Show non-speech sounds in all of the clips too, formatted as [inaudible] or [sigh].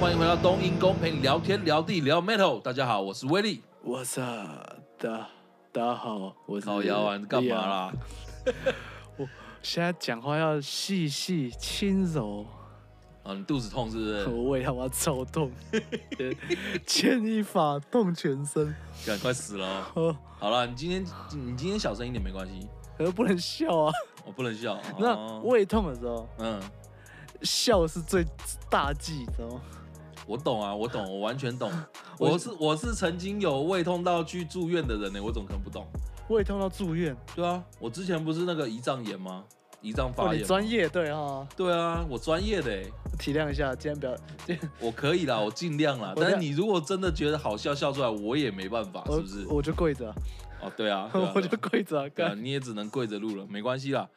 欢迎回到冬阴功，陪你聊天聊地聊 metal。大家好，我是威力。 What's up？大大家好，我是烤腰啊，你干嘛 Leon？啦？现在讲话要细细轻柔，啊，你肚子痛是不是？我胃他妈超 [laughs] 痛，牵一发动全身，赶快 [laughs] 死了哦！哦，好了，你今天你今天小声一点没关系，可是不能笑啊。我不能笑。那哦胃痛的时候，嗯，笑是最大忌，你知道吗？我懂啊，我懂，我完全懂。 [laughs] 我我是我是曾经有胃痛到去住院的人欸呢、我怎么可能不懂？胃痛到住院，对啊，我之前不是那个胰脏炎吗？胰脏发哇，炎哦你吗。专业对哈，对啊，我专业的、 [laughs] 欸，体谅一下，今天不要，今天我可以啦，我尽量啦。我但是这你如果真的觉得好笑笑出来，我也没办法，是不是？我我就跪着啊，哦，对啊，对啊 [laughs] 我对啊就跪着啊，对啊，干，你也只能跪着录了，没关系啦。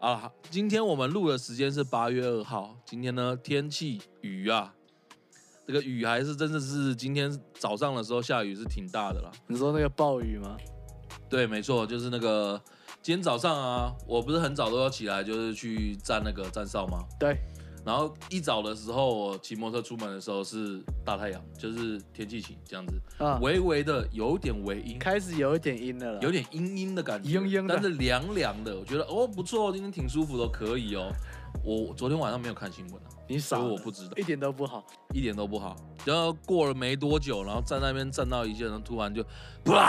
啊，今天我们录的时间是八月二号，今天呢天气雨啊，这个雨还是真的是今天早上的时候下雨是挺大的啦。你说那个暴雨吗？对，没错，就是那个今天早上啊，我不是很早都要起来，就是去站那个站哨吗？对，然后一早的时候，我骑摩托车出门的时候是大太阳，就是天气晴这样子，啊，微微的有点微阴，开始有一点阴了啦，有点阴阴的感觉，阴阴的但是凉凉的，我觉得哦不错，今天挺舒服的，可以哦。我昨天晚上没有看新闻啊，你所傻以了，我不知道，一点都不好。一点都不好。然后过了没多久，然后站那边站到一些人，突然就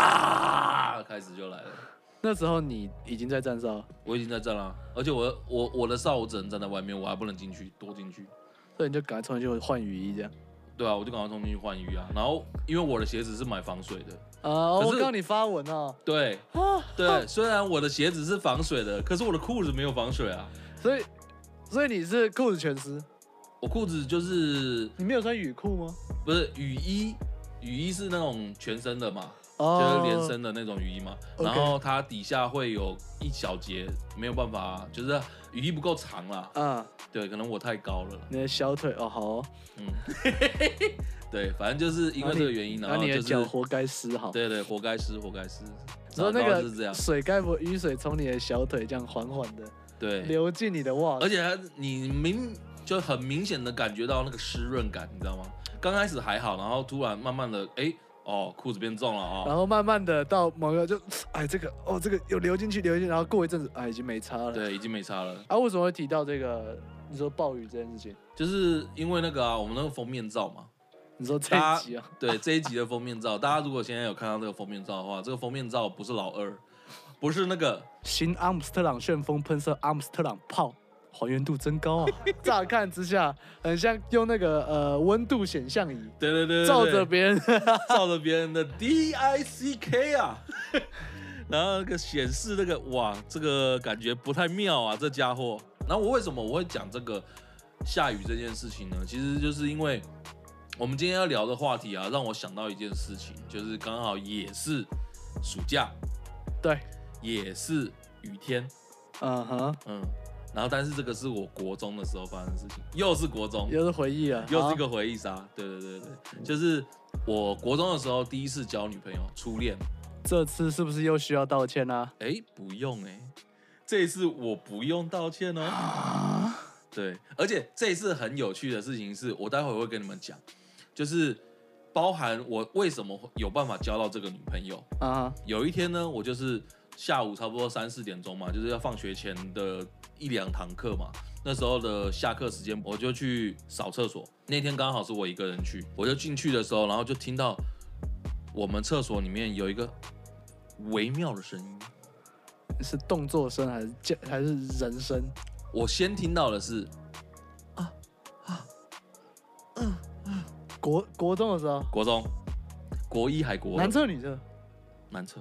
啪开始就来了。那时候你已经在站哨，我已经在站了啊，而且我我我的哨我只能站在外面，我还不能进去，多进去。所以你就赶快冲进去换雨衣这样。对啊，我就赶快冲进去换衣啊。然后因为我的鞋子是买防水的，啊，可是我告你发文哦，对啊，对，虽然我的鞋子是防水的，可是我的裤子没有防水啊。所以所以你是裤子全湿，我裤子就是你没有穿雨裤吗？不是雨衣，雨衣是那种全身的嘛，哦就是连身的那种雨衣嘛。 OK 然后它底下会有一小节没有办法，就是雨衣不够长啦。啊，对，可能我太高了啦。你的小腿哦，好哦， [laughs] 嗯，对，反正就是因为这个原因，然然后后你就的是脚活该湿好。对对，活该湿，活该湿。然后那糟糕是这个样，水该不会雨水从你的小腿这样缓缓的对，流进你的袜而子，且它你明就很明显的感觉到那个湿润感，你知道吗？刚开始还好，然后突然慢慢的，哎、哦，裤子变重了哦，然后慢慢的到某个就，哎，这个哦，这个有流进去，流进去，然后过一阵子，哎，已经没差了。对，已经没差了，啊，为什么会提到这个？你说暴雨这件事情，就是因为那个啊，我们那个封面照嘛，你说 [laughs] 这大一家集啊，对这一集的封面照，大家如果现在有看到这个封面照的话，这个封面照啊不是老二，不是那个，新阿姆斯特朗旋风喷射阿姆斯特朗炮，还原度真高啊！ [laughs] 乍看之下，很像用那个呃温度显像仪对对对对对照着别人， [laughs] 照着别人的 D I C K 啊， [laughs] 然后那个显示那个哇，这个感觉不太妙啊，这家伙。然后我为什么我会讲这个下雨这件事情呢？其实就是因为我们今天要聊的话题啊，让我想到一件事情，就是刚好也是暑假，对，也是雨天，嗯哼，嗯，然后但是这个是我国中的时候发生的事情，又是国中，又是回忆啊，嗯又是一个回忆杀，对对对对，就是我国中的时候第一次交女朋友，初恋，好啊这次是不是又需要道歉啊啦、哎，不用哎，这一次我不用道歉哦。啊？对，而且这一次很有趣的事情是，我待会会跟你们讲，就是包含我为什么会有办法交到这个女朋友。啊有一天呢，我就是下午差不多三四点钟嘛，就是要放学前的一两堂课嘛。那时候的下课时间，我就去扫厕所。那天刚好是我一个人去，我就进去的时候，然后就听到我们厕所里面有一个微妙的声音。是动作声还是叫还是人声？我先听到的是，国国中的时候，国中，国一还国二男厕女厕，男厕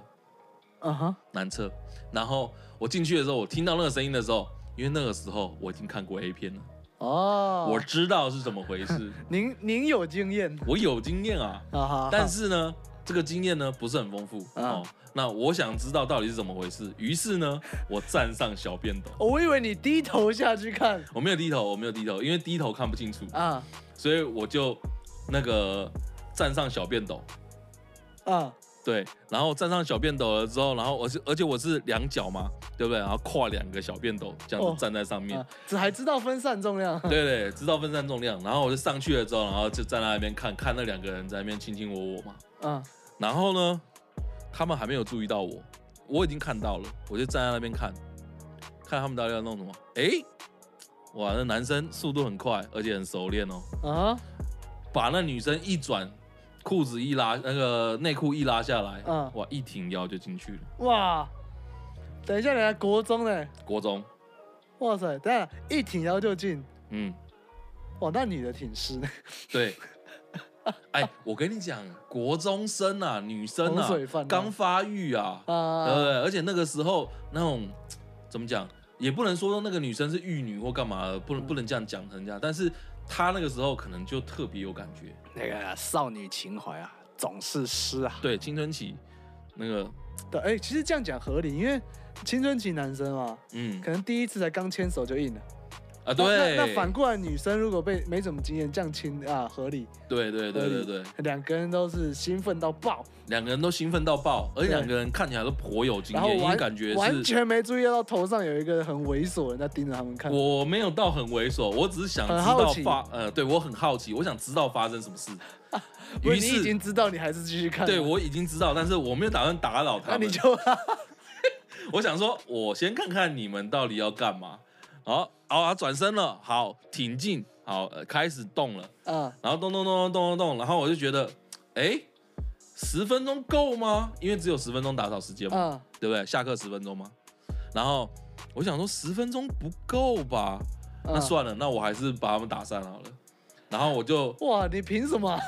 啊哈，男厕。然后我进去的时候，我听到那个声音的时候，因为那个时候我已经看过 A 片了，哦，我知道是怎么回事，您您有经验，我有经验啊。啊哈，但是呢，这个经验呢不是很丰富、啊哦。那我想知道到底是怎么回事，于是呢，我站上小便斗，哦我以为你低头下去看我没有低头，我没有低头，因为低头看不清楚，啊所以我就那个站上小便斗，啊，对，然后站上小便斗了之后，然后我是而且我是两脚嘛，对不对？然后跨两个小便斗这样哦子站在上面，啊，只还知道分散重量，对对，知道分散重量。然后我就上去了之后，然后就站在那边看看那两个人在那边卿卿我我嘛。嗯，然后呢，他们还没有注意到我，我已经看到了，我就站在那边看，看他们到底要弄什么。诶，哇，那男生速度很快，而且很熟练哦，啊把那女生一转，裤子一拉，那个内裤一拉下来，嗯哇，一挺腰就进去了。哇，等一下，人家国中呢，国中，哇塞，等一下一挺腰就进，嗯，哇，那女的挺湿，对。 [laughs] 哎，我跟你讲，国中生啊，女生洪啊水泛滥，刚发育啊，对不啊，对？而且那个时候那种怎么讲，也不能说那个女生是玉女或干嘛的，嗯不能不能这样讲人家。但是她那个时候可能就特别有感觉，那个少女情怀啊，总是湿啊。对青春期那个，对，哎，其实这样讲合理，因为青春期男生嘛，嗯可能第一次才刚牵手就硬了。啊，那对，那那反过来，女生如果被没什么经验，这样亲啊，合理。对对对对对，两个人都是兴奋到爆，两个人都兴奋到爆，而且对两个人看起来都颇有经然后验，因为完感觉完是。全没注意到头上有一个很猥琐的人在盯着他们看。我没有到很猥琐，我只是想知很好道奇发呃，对我很好奇，我想知道发生什么事。 [laughs] 不于是你已是经知道，你还是继续看。啊对，我已经知道，但是我没有打算打扰他那们。你就啊 [laughs] 我想说，我先看看你们到底要干嘛。好，好啊，转身了，好，挺进，好，呃、开始动了，啊，然后动动动动动动动，然后我就觉得，哎，十分钟够吗？因为只有十分钟打扫时间嘛，啊，对不对？下课十分钟嘛。然后我想说，十分钟不够吧？那啊。算了，那我还是把他们打散好了。然后我 [laughs] 就哇，你凭什么啊？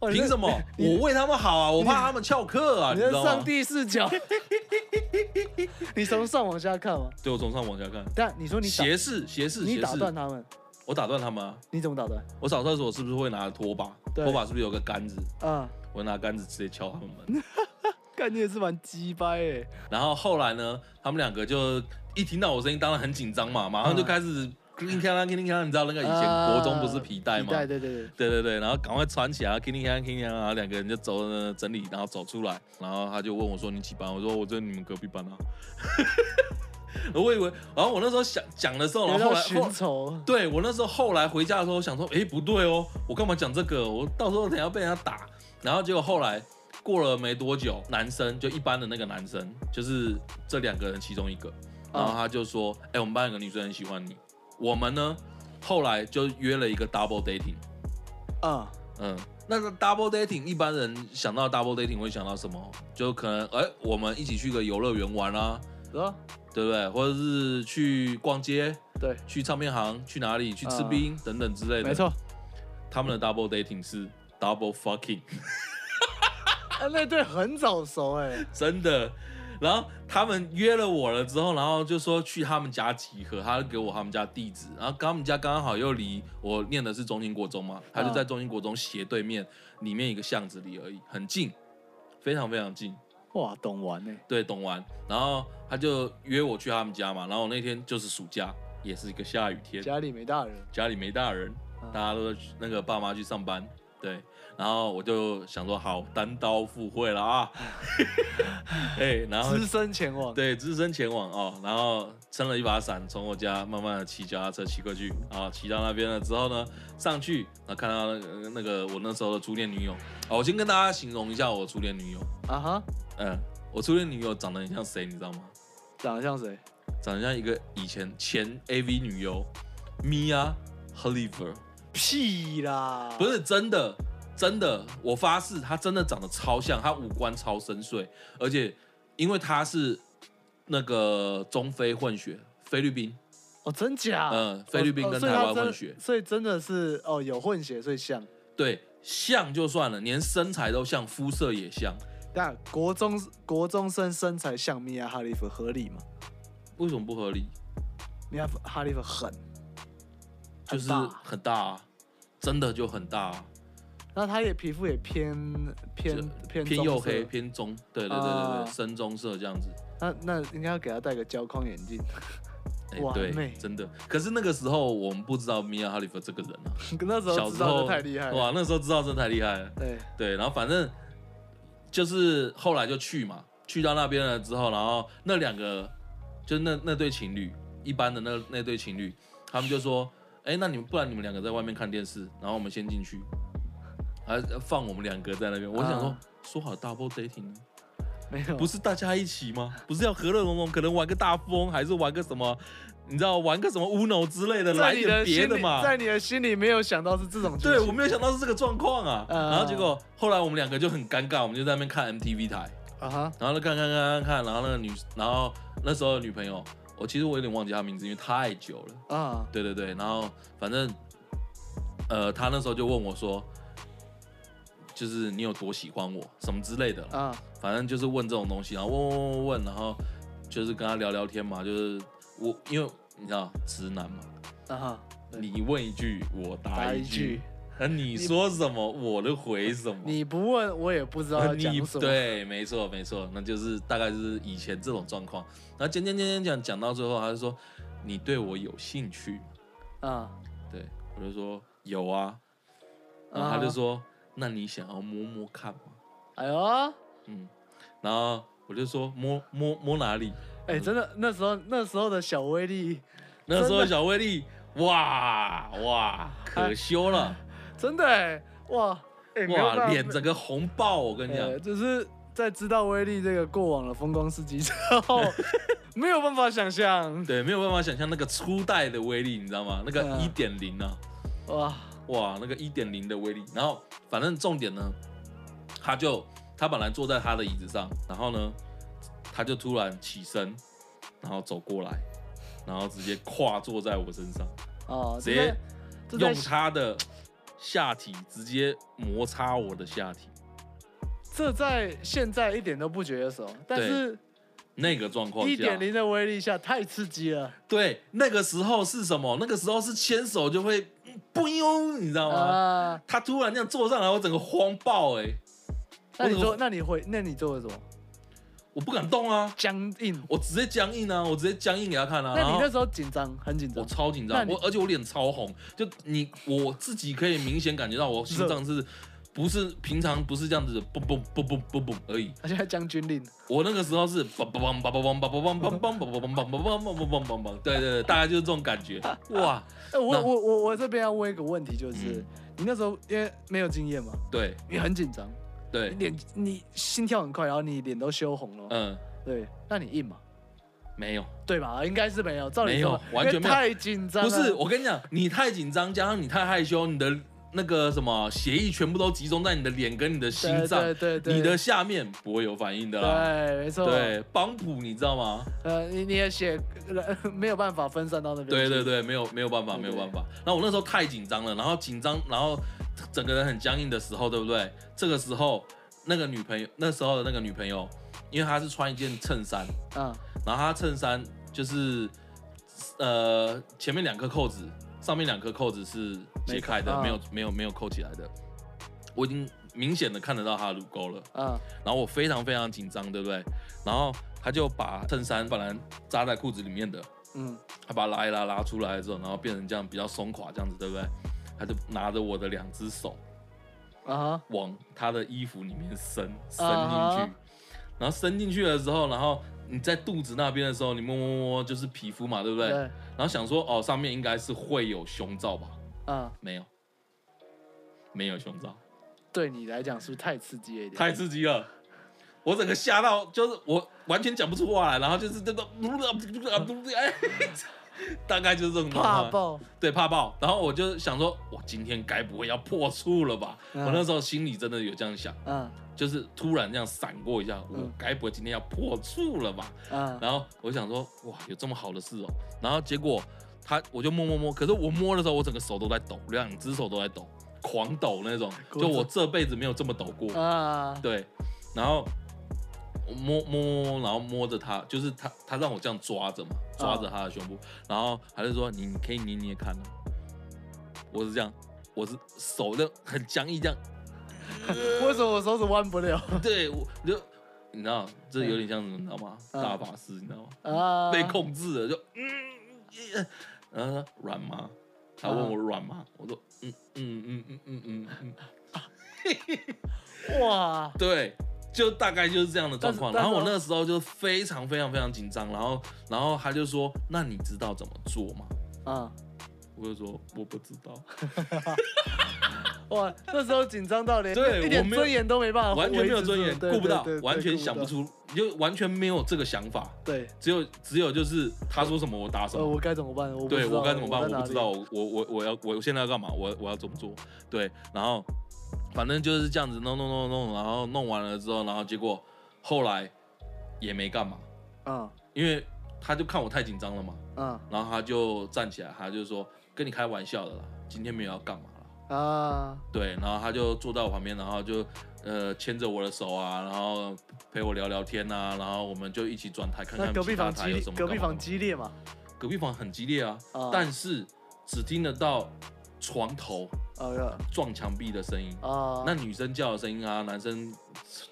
哇你这凭什么？你你我为他们好啊，我怕他们翘课啊，你你知的道上吗？帝视角，你从上往下看吗？对我从上往下看，但你说你打斜视斜视你斜打视，断他们，我打断他们啊。你怎么打断？我扫厕所是不是会拿拖把？对拖把是不是有个杆子？啊，我拿杆子直接敲他们门。 [laughs] 干你也是蛮鸡掰哎，然后后来呢，他们两个就一听到我声音，当然很紧张嘛，马嗯上就开始叮叮当当叮叮当当，你知道那个以前国中不是皮带啊皮吗？带对对对，对对对，然后赶快穿起来，叮叮当当叮叮当，然后两个人就走呃整理，然后走出来，然后他就问我说你几班？我说我在你们隔壁班啊。 [laughs] 我以为，然后我那时候想讲的时候，然有后后到来寻后仇，对我那时候后来回家的时候，我想说，哎、不对哦，我干嘛讲这个？我到时候等下被人家打。然后结果后来过了没多久，男生就一般的那个男生，就是这两个人其中一个，然后他就说，哎、我们班有个女生很喜欢你。我们呢，后来就约了一个 double dating，啊，嗯。那个 double dating，一般人想到 double dating 会想到什么？就可能哎、我们一起去个游乐园玩啊，啊，对不对？或者是去逛街，对，去唱片行，去哪里去吃冰、等等之类的。嗯没，错，他们的 double dating 是 double fucking， [laughs] 啊，那对很早熟哎、真的。然后他们约了我了之后，然后就说去他们家集合，他就给我他们家地址，然后跟他们家刚好又离我念的是中心国中嘛，他就在中心国中斜对面里面一个巷子里而已，很近，非常非常近。哇，懂玩哎、对，懂完，然后他就约我去他们家嘛，然后那天就是暑假，也是一个下雨天，家里没大人，家里没大人，啊大家都去那个爸妈去上班，对，然后我就想说好单刀赴会了啊，哎，然后只身前往，对只身前往哦，然后撑了一把伞从我家慢慢的骑脚踏车骑过去啊，骑到那边了之后呢，上去然后看到那个那个我那时候的初恋女友，哦，我先跟大家形容一下我初恋女友，啊哈，嗯，我初恋女友长得很像谁，你知道吗？长得像谁？长得像一个以前前 AV 女优 Mia Khalifa。屁啦，不是真的，真的，我发誓，她真的长得超像，她五官超深邃，而且因为她是那个中非混血，菲律宾，哦，真假？嗯菲律宾哦跟所以他台湾真混血所以真的是哦，有混血，所以像。对，像就算了，连身材都像，肤色也像，但国中国中生身材像米娅哈利夫合理吗？为什么不合理？米娅哈利夫很，很就是大很大、啊，真的就很大、啊，那她也皮肤也偏偏偏偏棕黝色黑，偏棕，对对对对啊对，深棕色这样子。那那应该要给她戴个胶框眼镜， [laughs] 哎、完对美，真的。可是那个时候我们不知道米娅哈利夫这个人啊，那时小候知时道候就太厉害了。哇，那时候知道真的太厉害了。对，对，然后反正就是后来就去嘛，去到那边了之后，然后那两个就那那对情侣，一般的那那对情侣，他们就说，哎、那你们不然你们两个在外面看电视，然后我们先进去，还放我们两个在那边。我想说，啊说好 double dating 呢没有，不是大家一起吗？不是要和乐融融，可能玩个大富翁，还是玩个什么？你知道玩个什么 Uno 之类的，来在你点的别心的里，嘛？在你的心里没有想到是这种剧情，对，我没有想到是这个状况啊。嗯然后结果后来我们两个就很尴尬，我们就在那边看 MTV 台，啊哈，然后呢看看看看看，然后那个女，然后那时候的女朋友，我其实我有点忘记她名字，因为太久了。啊，对对对，然后反正，呃，她那时候就问我说，就是你有多喜欢我什么之类的啦啊，反正就是问这种东西，然后问问问问，然后就是跟他聊聊天嘛，就是我因为你知道直男嘛，啊哈，对你问一句我答答一一句句，，那你说什么我就回什么，你不问我也不知道那要讲呃你什么，对，没错没错，那就是大概就是以前这种状况。然后讲讲讲讲讲讲到最后，他就说你对我有兴趣吗？啊，对我就说有啊，然后啊他就，说那你想要摸摸看吗？哎呦。嗯，然后我就说摸摸摸哪里？哎、真的，那时候那时候的小威力，那时候小威力，哇哇，可羞了，真的哎、哇，哎、啊 [laughs] 没有办哇，法脸整个红爆，我跟你讲呃，，就是在知道威力这个过往的风光事迹之 [laughs] 后，没有办法想象对，没有办法想象那个初代的威力，你知道吗？那个嗯一点零啊，哇，哇，那个一点零的威力。然后反正重点呢，他就他本来坐在他的椅子上，然后呢，他就突然起身，然后走过来，然后直接跨坐在我身上，哦，直接这在用这在他的下体直接摩擦我的下体，这在现在一点都不觉得熟，但对是那个状况下，一点零的威力下太刺激了对，那个时候是什么？那个时候是牵手就会嗯不用，你知道吗？啊！他突然这样坐上来，我整个慌爆哎、那你我怎做，么那你回，那你做了什么？我不敢动啊，僵硬。我直接僵硬啊，我直接僵硬给他看啊。那然你后那时候紧张，很紧我张。超紧那张，你我而且我脸超红，就你我自己可以明显感觉到我心脏是。不是平常不是这样子的，嘣嘣嘣嘣嘣嘣而已。而且还啊将军令，我那个时候是梆梆梆梆梆梆梆梆梆梆梆梆梆梆梆梆梆梆，对对对，大概就是这种感觉。哇，哎，我那我我我这边要问一个问题，就是嗯你那时候因为没有经验嘛，对你很紧张，你对，脸你心跳很快，然后你脸都羞红了，嗯，对，那你硬嘛？没有。对吧？应该是没有，照理没有说完全没有因为太紧张了。不是，我跟你讲，你太紧张，加上你太害羞，你的那个什么血液全部都集中在你的脸跟你的心对脏，对对对，你的下面不会有反应的啦。对，没错，，对，帮浦你知道吗？呃，你你的血呃没有办法分散到那边，对对，对，没有没有办法，对没对有办法。然后我那时候太紧张了，然后紧张，然后整个人很僵硬的时候，对不对？这个时候那个女朋友，那时候的那个女朋友，因为她是穿一件衬衫，啊然后她衬衫就是呃前面两颗扣子，上面两颗扣子是解开的，没没有扣没有没有扣起来的。我已经明显的看得到她的乳沟了，啊然后我非常非常紧张，对不对？然后她就把衬衫本来扎在裤子里面的，嗯，她把它拉一拉拉出来之后，然后变成这样比较松垮这样子，对不对？她就拿着我的两只手啊往她的衣服里面伸伸进去啊哈然后伸进去的时候，然后你在肚子那边的时候，你摸摸摸摸就是皮肤嘛，对不对？对然后想说哦，上面应该是会有胸罩吧？啊，没有，没有胸罩，对你来讲是不是太刺激了一点？太刺激了，我整个吓到，就是我完全讲不出话来，然后就是这个，哎， [laughs] 大概就是这种怕状况，爆，对，怕爆。然后我就想说，我今天该不会要破处了吧？嗯我那时候心里真的有这样想，啊就是突然这样闪过一下，我嗯该不会今天要破处了吧？啊然后我想说，哇，有这么好的事哦。然后结果他，我就摸摸摸，可是我摸的时候，我整个手都在抖，两只手都在抖，狂抖那 [laughs] 种，果就然我这辈子没有这么抖过。啊，对，然后我摸摸摸摸，然后摸着他，就是他，他让我这样抓着嘛，啊抓着他的胸部，然后他就说，你可以捏捏看、啊。我是这样，我是手就很僵硬这样，为什么我手指弯不了对我就。你知道，这有点像什么，你知道吗？嗯大法师，你知道吗？啊？被控制了，就嗯，呃然后他说软吗？他问我软吗？我说嗯 [laughs] 嗯嗯嗯嗯嗯嗯嗯，哇，对，就大概就是这样的状况。但然是后我那个时候就非常非常非常紧张，然后然后他就说：“那你知道怎么做吗啊、？”我就说：“我不知道，哇，那时候紧张到连对一点我没有尊严都没办法，完全没有尊严，对顾不到对对，对完全顾想不到。出，就完全没有这个想法，对，只有只有就是他说什么我打什呃，么。我该怎么办？我不对知道我该怎么办？在我哪不里知道，我我我我要我现在要干嘛？我我要怎么做？对，然后反正就是这样子弄弄弄弄，然后弄完了之后，然后结果后来也没干嘛，嗯因为他就看我太紧张了嘛，嗯然后他就站起来，他就说跟你开玩笑的啦，今天没有要干嘛啦。啊，对，然后他就坐在我旁边，然后就呃牵着我的手啊，然后陪我聊聊天啊，然后我们就一起转台看那看隔其壁他房台激有烈什，么干隔嘛壁干房嘛激烈嘛，隔壁房很激烈啊，啊但是只听得到床头呃撞墙壁的声音。啊，那女生叫的声音啊，男生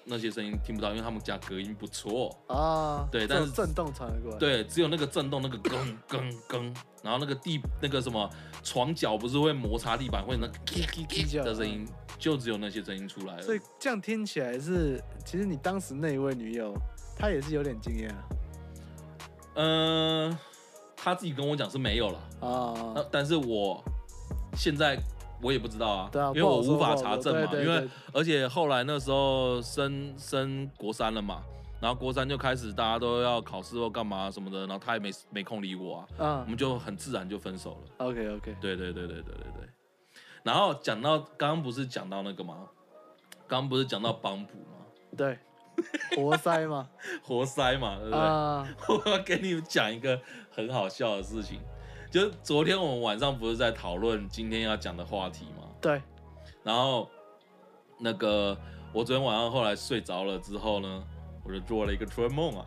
那些声音听不到，因为他们家隔音不错。啊，对这但种是震动传了过来，对，只有那个震动，那个更更更，然后那个地那个什么床脚不是会摩擦地板，会有那个叽叽踢脚叽的声音，就只有那些声音出来了。啊所以这样听起来是，其实你当时那一位女友，她也是有点经验啊。嗯、他自己跟我讲是没有了，啊那，但是我现在我也不知道啊，对啊，因为不好我说无法不好查说证嘛，对对因为对而且后来那时候升升国三了嘛，然后国三就开始大家都要考试或干嘛什么的，然后他也没没空理我啊，我嗯们就很自然就分手了。 ，OK OK，对对对对对对对。然后讲到刚刚不是讲到那个吗？刚刚不是讲到帮补吗？对，活塞嘛，活塞嘛，对不对？啊， [laughs] 我要跟你们讲一个很好笑的事情，就是昨天我们晚上不是在讨论今天要讲的话题吗？对，然后那个我昨天晚上后来睡着了之后呢，我就做了一个春梦啊。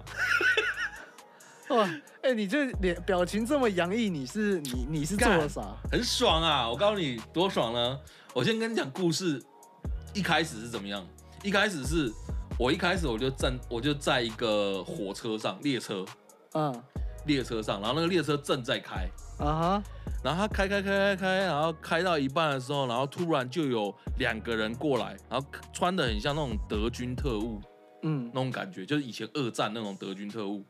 哇，哎，你这脸表情这么洋溢，你是你你是做了啥？很爽啊！我告诉你多爽呢！我先跟你讲故事，一开始是怎么样？一开始是我一开始我就站我就在一个火车上，列车嗯列车上，然后那个列车正在开，啊哈，然后他开开开开开，然后开到一半的时候，然后突然就有两个人过来，然后穿的很像那种德军特务嗯那种感觉，就是以前二战那种德军特务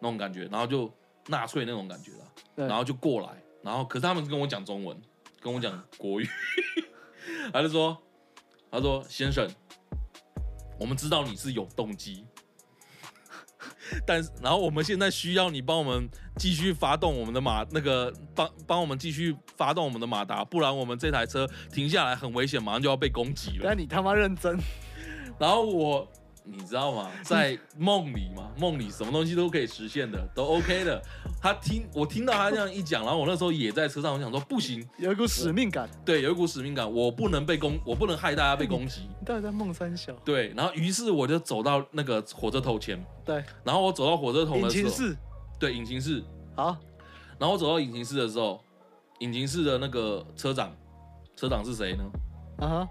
那种感觉，然后就纳粹那种感觉啦。对然后就过来，然后可是他们跟我讲中文，跟我讲国语， [laughs] 他就说，他说先生，我们知道你是有动机，但是然后我们现在需要你帮我们继续发动我们的马那个帮帮我们继续发动我们的马达，不然我们这台车停下来很危险，马上就要被攻击了。但你他妈认真，然后我。你知道 [laughs] 吗？在梦里嘛，梦里什么东西都可以实现的，都 OK 的。他听我听到他这样一讲，然后我那时候也在车上，我想说不行，有一股使命感，对，有一股使命感，我不能被攻，我不能害大家被攻击。你到底在梦三小？对，然后于是我就走到那个火车头前，对，然后我走到火车头引的时擎候，室，对，引擎室，好，然后我走到引擎室的时候，引擎室的那个车长，车长是谁呢？啊哈，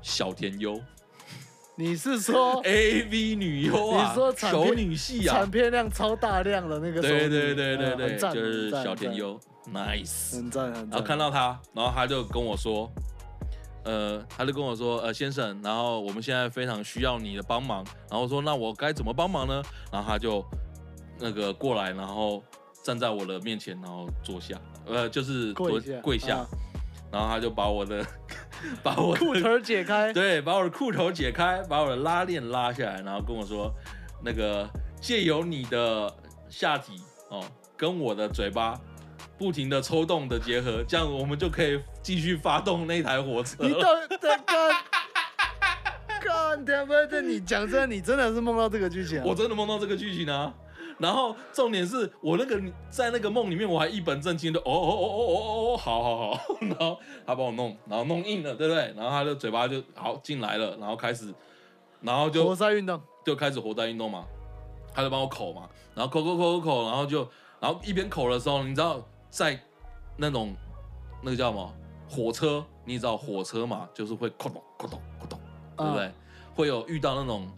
小田优你是说，A V 女优啊，哦你说产丑片女系啊产，片量超大量的那个手对对女对对嗯对，很赞就是很赞小田很赞嗯优，nice。很赞很赞。然后看到他，然后他就跟我说，呃，他就跟我说，呃，先生，然后我们现在非常需要你的帮忙。然后我说，那我该怎么帮忙呢？然后他就那个过来，然后站在我的面前，然后坐下，呃，就是跪蹲下，跪下，啊然后他就把我的 [laughs] 把我裤的腿儿解 [laughs] 开，对，把我的裤头解开，把我的拉链拉下来，然后跟我说，那个借由你的下体哦，跟我的嘴巴不停的抽动的结合，这样我们就可以继续发动那台火车你了。到底在干？干他妈的！你讲真的，你真的是梦到这个剧 [laughs] 情、啊？我真的梦到这个剧情啊！然后重点是我那个在那个梦里面，我还一本正经的哦哦哦哦哦哦哦，好好好，然后他帮我弄，然后弄硬了，对不对？然后他的嘴巴就好进来了，然后开始，然后就活塞运动，就开始活塞运动嘛，他就帮我口嘛，然后口口口口口，然后就然后一边口的时候，你知道在那种那个叫什么火车，你知道火车嘛，就是会咕咚咕咚咕咚，对不对？啊？会有遇到那种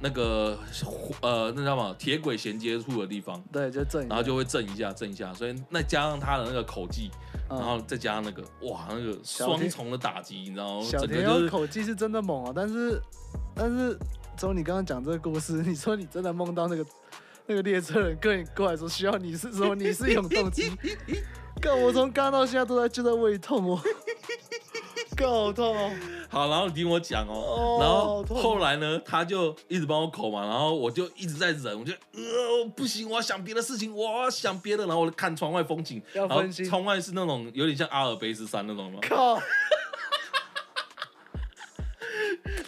那个火呃那叫什么铁轨衔接处的地方，对，就震一下，然后就会震一下震一下，所以那加上他的那个口技，嗯然后再加上那个哇那个小双田重的打击，你知道吗？小整个田就优是口技是真的猛啊，但是但是从你刚刚讲这个故事，你说你真的梦到那个那个列车人跟你过来说需要你是说你是永 [laughs] 动机，干我从刚到现在都在就在胃痛 [laughs] 哦，干好痛哦，好，然后你听我讲哦哦，然后好痛后来呢，他就一直帮我口嘛，然后我就一直在忍，我就呃不行，我要想别的事情，我要想别的，然后我就看窗外风景，要然后分心窗外是那种有点像阿尔卑斯山那种嘛，靠，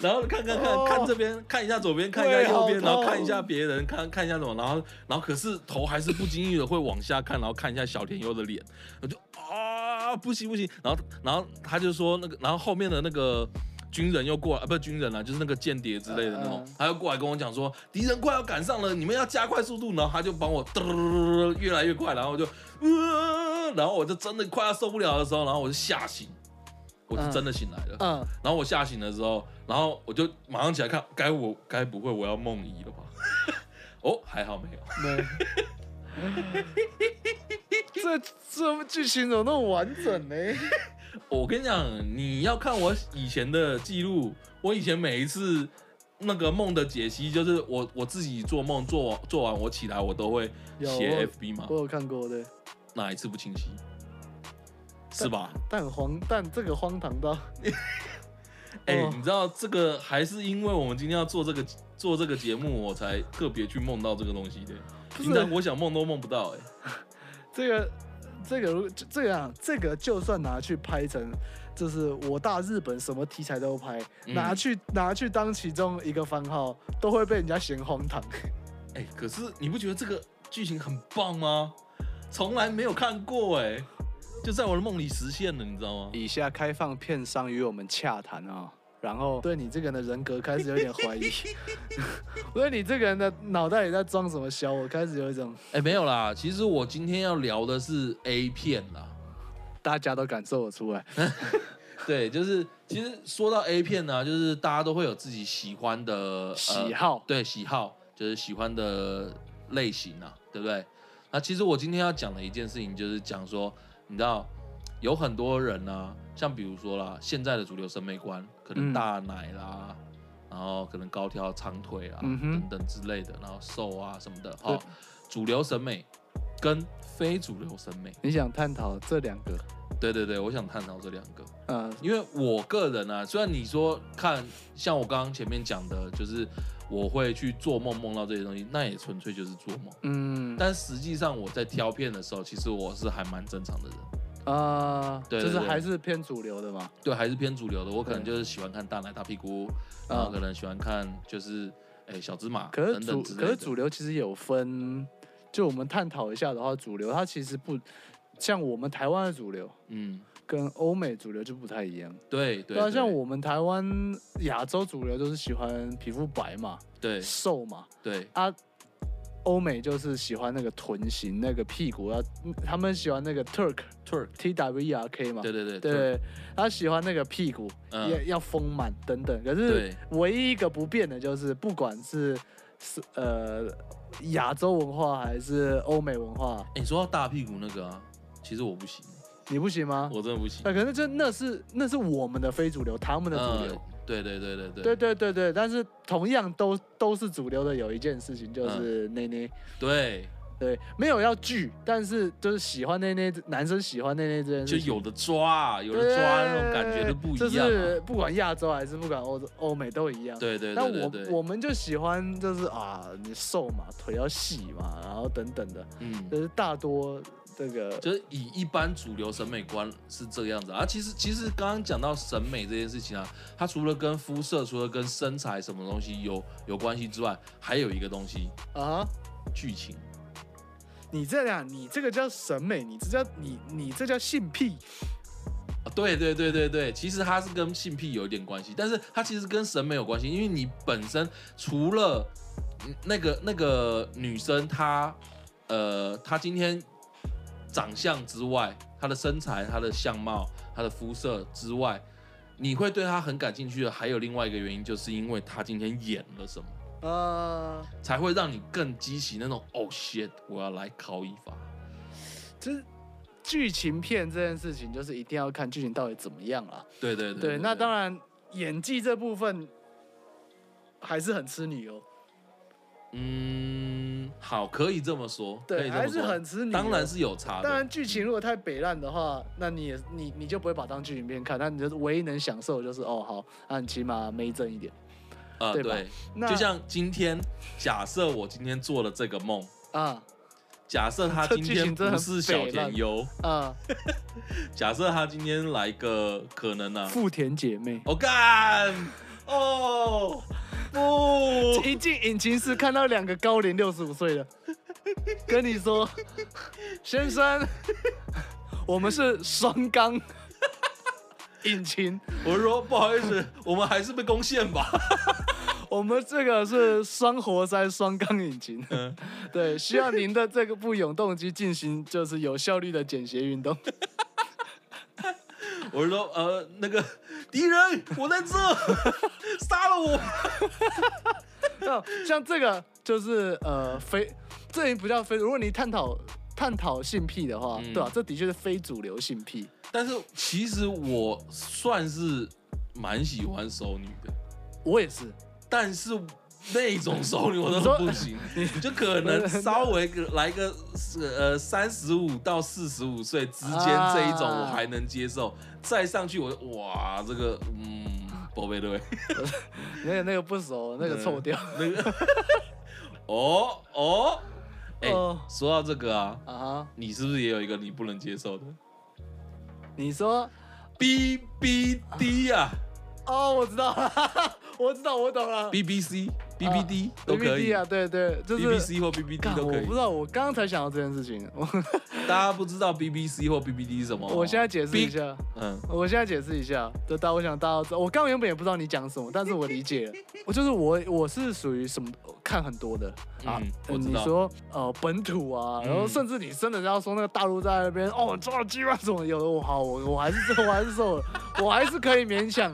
然后看看看、哦看这边，看一下左边，看一下胃右边，好痛然后看一下别人，看看一下什么，然后然后可是头还是不经意的会往下看，然后看一下小田优的脸，我就啊不行不行，然后然后他就说那个，然后后面的那个。军人又过来，啊、不是军人啊，就是那个间谍之类的那种嗯嗯，他又过来跟我讲说，敌人快要赶上了，你们要加快速度。然后他就帮我嘚越来越快，然后我就，呃，然后我就真的快要受不了的时候，然后我就吓醒，我就嗯真的醒来了。嗯，然后我吓醒的时候，然后我就马上起来看，该我该不会我要梦遗了吧？ [laughs] 哦，还好没有。 [laughs] 没。这这剧情怎么那么完整呢？哦我跟你讲，你要看我以前的记录，我以前每一次那个梦的解析，就是我我自己做梦做做完我起来，我都会有写 FB 嘛我，有看过，对，哪一次不清晰？是吧？但很荒，但这个荒唐到，哎、哦你知道这个还是因为我们今天要做这个做这个节目，我才特别去梦到这个东西的。不平常是我想梦都梦不到、哎。这个这个如这个啊，这个就算拿去拍成，就是我大日本什么题材都拍，嗯拿去拿去当其中一个番号，都会被人家嫌荒唐。哎、可是你不觉得这个剧情很棒吗？从来没有看过哎、就在我的梦里实现了，你知道吗？ [laughs] 以下开放片商与我们洽谈啊、然后对你这个人的人格开始有点怀 [laughs] 疑， [laughs] 我对你这个人的脑袋里在装什么小，我开始有一种哎、没有啦，其实我今天要聊的是 A 片啦。大家都感受我出来。对，就是其实说到 A 片呢、就是大家都会有自己喜欢的、呃喜好对喜好，就是喜欢的类型啊，对不对？那其实我今天要讲的一件事情，就是讲说，你知道有很多人呢、啊像比如说啦，现在的主流审美观，可能嗯大奶啦，然后可能高挑长腿啊、嗯哼等等之类的，然后瘦啊什么的，哈、对主流审美跟非主流审美，你想探讨这两个，对对对，我想探讨这两个。呃，因为我个人啊，虽然你说看，像我刚刚前面讲的，就是我会去做梦梦到这些东西，那也纯粹就是做梦。嗯，但实际上我在挑片的时候，其实我是还蛮正常的人，啊，对就是对对还是偏主流的嘛。对，还是偏主流的。我可能对嗯就是喜欢看大奶大屁股，然后可能喜欢看就是哎、小芝麻可是等主等之类的。可是主流其实有分，就我们探讨一下的话，主流它其实不像我们台湾的主流嗯，跟欧美主流就不太一样。对对对啊，像我们台湾亚洲主流就是喜欢皮肤白嘛、对瘦嘛，对啊，欧美就是喜欢那个臀型、那个屁股要，啊他们喜欢那个 Turk Turk T W E R K 嘛，对对对对，他喜欢那个屁股、嗯要要丰满等等。可是对唯一一个不变的就是，不管是是呃亚洲文化还是欧美文化，哎、你说到大屁股那个啊，其实我不行，你不行吗？我真的不行。那可是这那是那是我们的非主流，他们的主流。嗯对对对对对对对对对，但是同样都都是主流的，有一件事情就是内内、对，对，没有要拒，但是就是喜欢内内，男生喜欢内内这件就事情，有的抓，啊有的抓那种感觉都对不这一样、是啊。不管亚洲还是不管欧洲欧美都一样。对对但对对我对，我们就喜欢就是啊，你瘦嘛，腿要细嘛，然后等等的，嗯，就是大多这个就是以一般主流审美观是这个样子啊。其实其实刚刚讲到审美这件事情啊，它除了跟肤色，除了跟身材什么东西有有关系之外，还有一个东西啊，剧情。你这样你这个叫审美，你这叫你你这叫性癖，啊对对对对对，其实它是跟性癖有一点关系，但是它其实跟审美有关系，因为你本身除了嗯那个那个女生她呃她今天长相之外，她的身材、她的相貌、她的肤色之外，你会对她很感兴趣的，还有另外一个原因，就是因为她今天演了什么，啊，才会让你更激起那种哦 shit，我要来考一发。就是剧情片这件事情，就是一定要看剧情到底怎么样啦。对对对对，那当然演技这部分，还是很吃哦女优，嗯，好，可以这么说，对可以这还么是说，很吃女哦当然优是有差的，当然，剧情如果太北烂的话，那你也你你就不会把它当剧情片看，那你就是唯一能享受的就是哦好，那你起码没正一点。呃，对吧对，那就像今天，假设我今天做了这个梦，啊假设他这今剧天情真的不很是北小田烂优，啊，假设他今天来个可能呢、富田姐妹我、干，哦，不，一进引擎室看到两个高龄六十五岁 [laughs] 的，跟你说，先生，我们是双 [laughs] 缸引擎，我说不好意思，我们还是被攻陷吧。我们这个是双活塞双缸引擎，嗯对，需要您的这个部永动机进行就是有效率的减斜运动。我说呃，那个敌人，我在这，杀了我。 [laughs] 那像这个就是呃非，这也不叫非。如果你探讨探讨性癖的话，嗯对吧、这的确是非主流性癖。但是其实我算是蛮喜欢熟女的，我也是，但是那种熟女我都你说 [laughs] 不行，就可能呃稍微来个呃三十五到四十五岁之间啊这一种我还能接受，再上去我就哇这个嗯，宝贝对，那个那个不熟，那个嗯臭掉、那个 [laughs] 哦哦，哎、哦说到这个啊，啊哈！你是不是也有一个你不能接受的你说 B B D 啊哦，我知道 [laughs] 了，我知道，我懂了。 ，B B C B B D 都可 BBD 以啊，对对，就是，B B C 或 B B D 干都我可以哦不。知道，我刚刚才想到这件事情，我大家不知道 B B C 或 B B D 是什么？ [laughs] 我现在解释一 Big- 下，嗯，我现在解释一下，就大家我想大家知道，我刚刚原本也不知道你讲什么，但是我理解了，我就是我我是属于什么看很多的啊嗯，呃我知你道说呃本土啊，嗯然后甚至你真的要说那个大陆在那边哦，抓鸡巴什么有的，我好我我还是我还是受了，我还是可以勉强，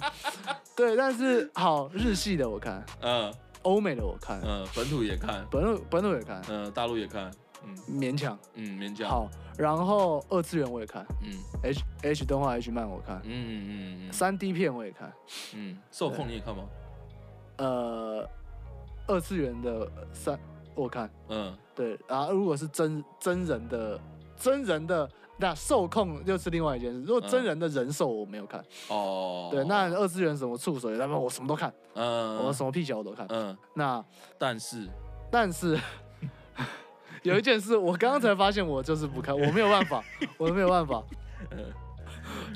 对，但是好日系的我看，嗯欧美的我看，嗯，本土也看，本土本土也看，嗯，大陆也看，嗯勉强嗯，勉强，好，然后二次元我也看嗯，H H 动画 H 漫我看嗯，嗯嗯嗯三 D 片我也看。嗯，受控你也看吗？呃二次元的呃三，我看嗯，对，然后如果是真真人的真人的那受控又是另外一件事。如果真嗯人的人兽我没有看，哦，对，那二次元什么触手，他们我什么都看，我嗯什么屁小我都看。嗯，那但是但是 [laughs] 有一件事，我刚刚才发现我就是不看，我没有办 [laughs] 法，我没有办法。嗯 [laughs]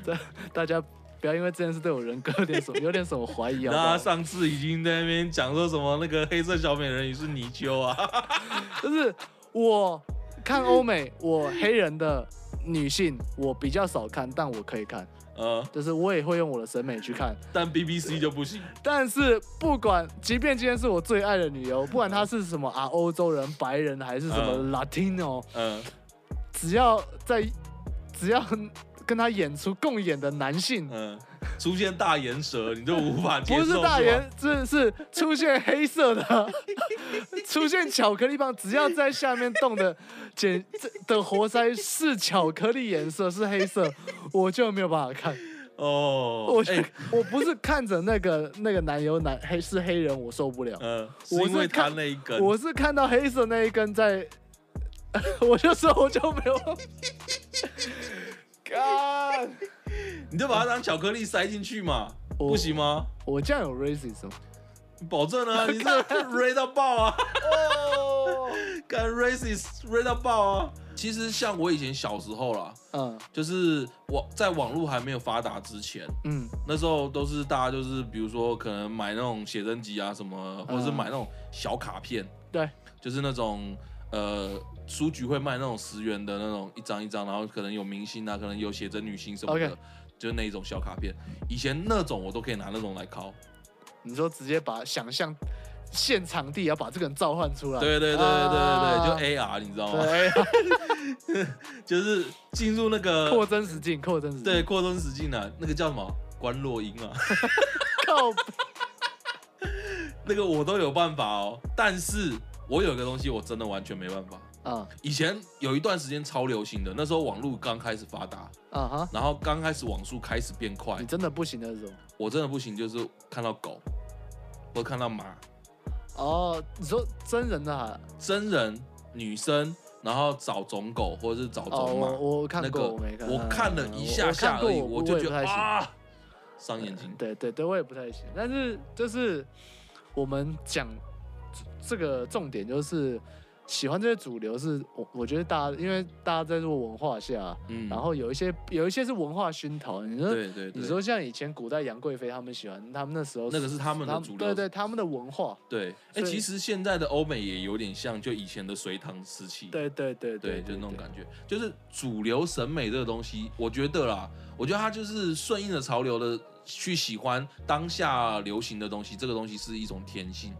大大家不要因为这件事对我人格有点什么有点什么怀疑啊。那上次已经在那边讲说什么那个黑色小美人鱼是泥鳅啊， [laughs] 就是我看欧美，我黑人的女性我比较少看，但我可以看，呃，就是我也会用我的审美去看。但 B B C 就不行，但是不管，即便今天是我最爱的女优，不管她是什么 [laughs] 啊，欧洲人、白人还是什嗯么 Latino，嗯只要在只要跟她演出共演的男性。嗯，出现大眼蛇你就无法接不受，是大吧眼，是是出现黑色的， [laughs] 出现巧克力棒，只要在下面动的剪 [laughs] 这的活塞是巧克力颜色是黑色，我就没有办法看。哦，我、哎 [laughs] 我不是看着那个那个男友男黑是黑人，我受不了，嗯，是我因是为他看那一根，我是看到黑色那一根在， [laughs] 我就说我就没有办法。干， [laughs] 你就把它当巧克力塞进去嘛，我不行吗？我这样有 racism，保证啊，你这 ray 到爆啊，哦， [laughs] 干 racist ray 到爆啊！其实像我以前小时候啦，嗯就是网在网络还没有发达之前，嗯那时候都是大家就是比如说可能买那种写真集啊什么，或者是买那种小卡片，对，就是那种呃书局会卖那种十元的那种一张一张，然后可能有明星啊，可能有写真女星什么的 OK 就是那一种小卡片。以前那种我都可以拿那种来拷。你说直接把想象现场地要把这个人召唤出来，对对对对啊对对，就 AR 你知道吗？对， [laughs] 就是进入那扩个增实境，扩增实境，对，扩增实境啊，那个叫什么关洛音啊， [laughs] [laughs] 靠北，那个我都有办法哦。但是我有一个东西我真的完全没办法。啊以前有一段时间超流行的，那时候网络刚开始发达，啊哈，然后刚开始网速开始变快你，真的不行的那种我真的不行，就是看到狗或看到马，哦，你说真人的啊？真人女生，然后找种狗或者是找哦，种马，我我看那过，个我没看，我看了嗯一我下我下看而过已，我我我就也觉不得太行啊，伤眼睛。对对对，我也不太行。但是就是我们讲这个重点就是喜欢这些主流是，我我觉得大家因为大家在这个文化下，嗯，然后有一些有一些是文化熏陶。你说对对对，你说像以前古代杨贵妃他们喜欢，他们那时候那个是他们的主流对对他们的文化，对，哎、所以其实现在的欧美也有点像就以前的隋唐时期，对对对对，对，就那种感觉，就是主流审美这个东西，我觉得啦，我觉得它就是顺应着潮流的去喜欢当下流行的东西，这个东西是一种天性。